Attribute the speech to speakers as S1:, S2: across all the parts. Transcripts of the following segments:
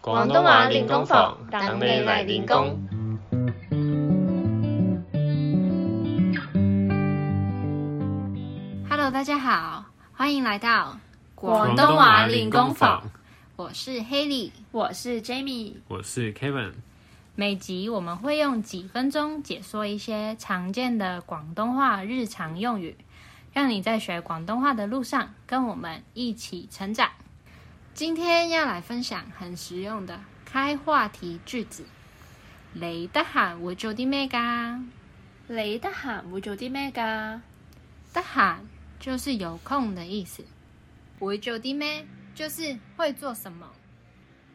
S1: 廣東話練功房，等你嚟練功。
S2: Hello，大家好，欢迎来到
S1: 廣
S2: 广
S1: 東話
S2: 东话
S1: 練
S2: 练
S1: 功
S2: 功
S1: 房
S2: 坊。我是 Haley，
S3: 我是 Jamie，
S1: 我是 Kevin，
S2: 每集我们会用几分钟解说一些常见的广东话日常用语，让你在学广东话的路上跟我们一起成长。今天要来分享很实用的开话题句子。你得閒會做啲咩㗎？
S3: 你得閒會做啲咩㗎？
S2: 得閒就是有空的意思。会做啲咩就是会做什么。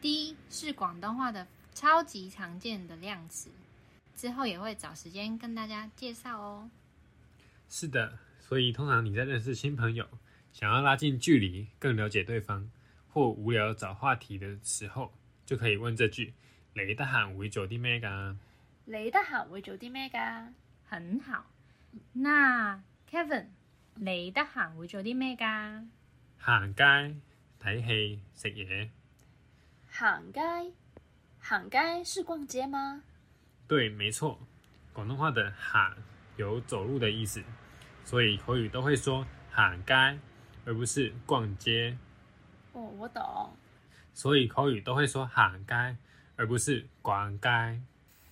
S2: D 是广东话的超级常见的量词，之后也会找时间跟大家介绍哦。
S1: 是的，所以通常你在认识新朋友、想要拉近距离、更了解对方，或无聊找话题的时候，就可以问这句：你得閒會做啲咩㗎？
S3: 你得閒會做啲咩㗎？
S2: 很好，那 Kevin，你得閒會做啲咩㗎？
S1: 行街、睇戲、食嘢。
S3: 行街，行街是逛街嗎？
S1: 对，没错，广东话的“喊”有走路的意思，所以口语都会说“喊街”，而不是逛街。
S3: 哦，我懂。
S1: 所以口语都会说“喊街”，而不是逛街。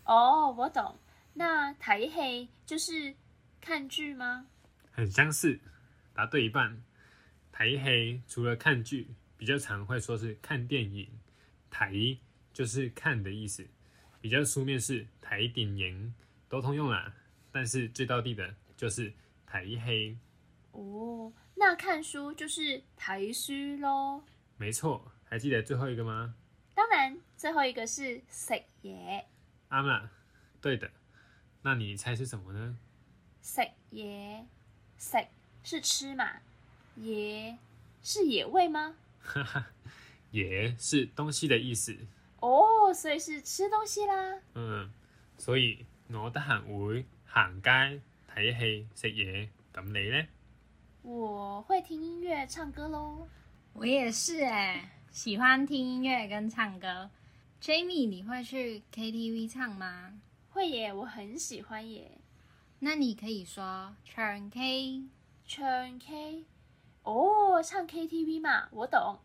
S3: 哦，我懂。那睇戲就是看劇嗎？
S1: 很相似，答对一半。台黑除了看剧，比较常会说是看电影，台就是看的意思，比较书面是台顶营，都通用啦。但是最到地的就是台黑。
S3: 哦，那看書就是睇書咯。
S1: 没错，还记得最后一个吗？
S3: 當然，最後一個是食嘢，
S1: 阿啦，对的。那你猜是什么呢？
S3: 食嘢，食是吃嘛，野是野味嗎？
S1: 哈哈，也是东西的意思。
S3: 哦，所以是吃東西啦。
S1: 嗯，所以我得閒會行街睇戲食嘢。咁你呢？
S3: 我会听音乐、唱歌喽。
S2: 我也是哎、喜欢听音乐跟唱歌。Jamie，你会去 KTV 唱吗？
S3: 会耶，我很喜欢耶。
S2: 那你可以说唱 K，
S3: 唱 K，哦，唱 KTV 嘛，我懂。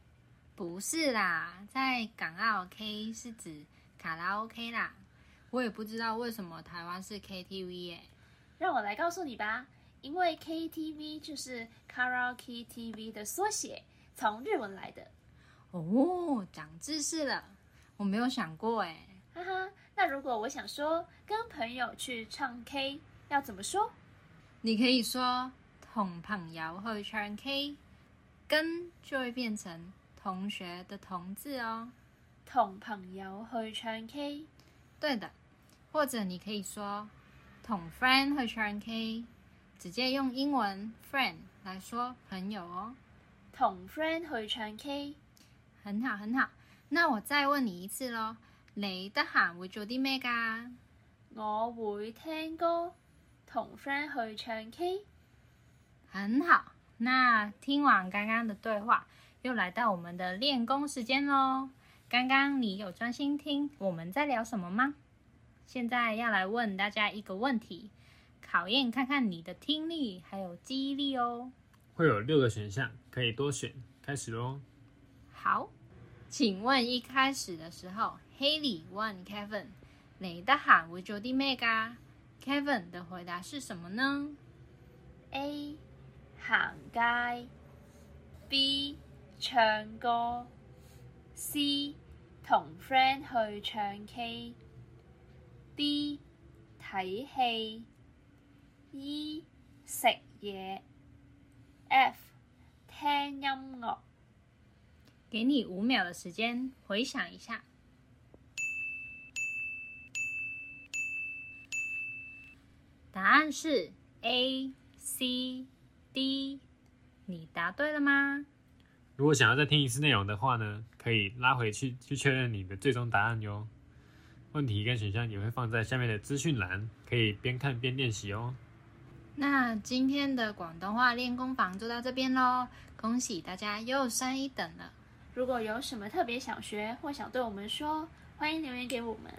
S2: 不是啦，在港澳 K 是指卡拉 OK 啦。我也不知道为什么台湾是 KTV 耶、
S3: 让我来告诉你吧，因为 KTV 就是 Karaoke TV 的缩写，从日文来的。
S2: 哦，长知识了，我没有想过哎、
S3: 哈哈，那如果我想说跟朋友去唱 K，要怎么说？
S2: 你可以说同朋友去唱 K，跟就会变成同学的同字哦。
S3: 同朋友去唱 K，
S2: 对的，或者你可以说同 friend 去唱 K，直接用英文 friend 来说朋友哦。
S3: 同 friend 去唱 K。
S2: 很好，很好。那我再问你一次咯，你得閒會做啲咩㗎？
S3: 我会听歌，同 friend 去唱 K。
S2: 很好。那听完刚刚的对话，又来到我们的练功时间喽。刚刚你有专心听我们在聊什么吗？现在要来问大家一个问题，考验看看你的听力还有记忆力哦。
S1: 会有六个选项，可以多选。开始喽。
S2: 好，请问一开始的时候，Haley 问 Kevin：“ 你得閒會做啲咩㗎？”Kevin 的回答是什么呢？
S3: A 行街，B 唱歌，C 同 friend 去唱 K，D 睇戲，E 食嘢，F 聽音樂。
S2: 给你五秒的时间回想一下。答案是 A、C、D。你答对了吗？
S1: 如果想要再听一次内容的话呢，可以拉回去去确认你的最终答案哟。问题跟选项也会放在下面的资讯栏，可以边看边练习哦。
S2: 那今天的广东话练功房就到这边喽，恭喜大家又升一等了。
S3: 如果有什么特别想学或想对我们说，欢迎留言给我们。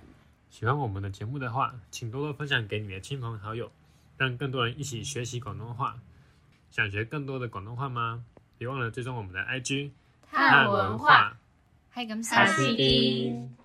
S1: 喜欢我们的节目的话，请多多分享给你的亲朋好友，让更多人一起学习广东话。想学更多的广东话吗？别忘了追踪我们的 IG
S2: 探
S1: 文
S2: 文化，系咁
S3: 下
S2: 先。
S3: 次見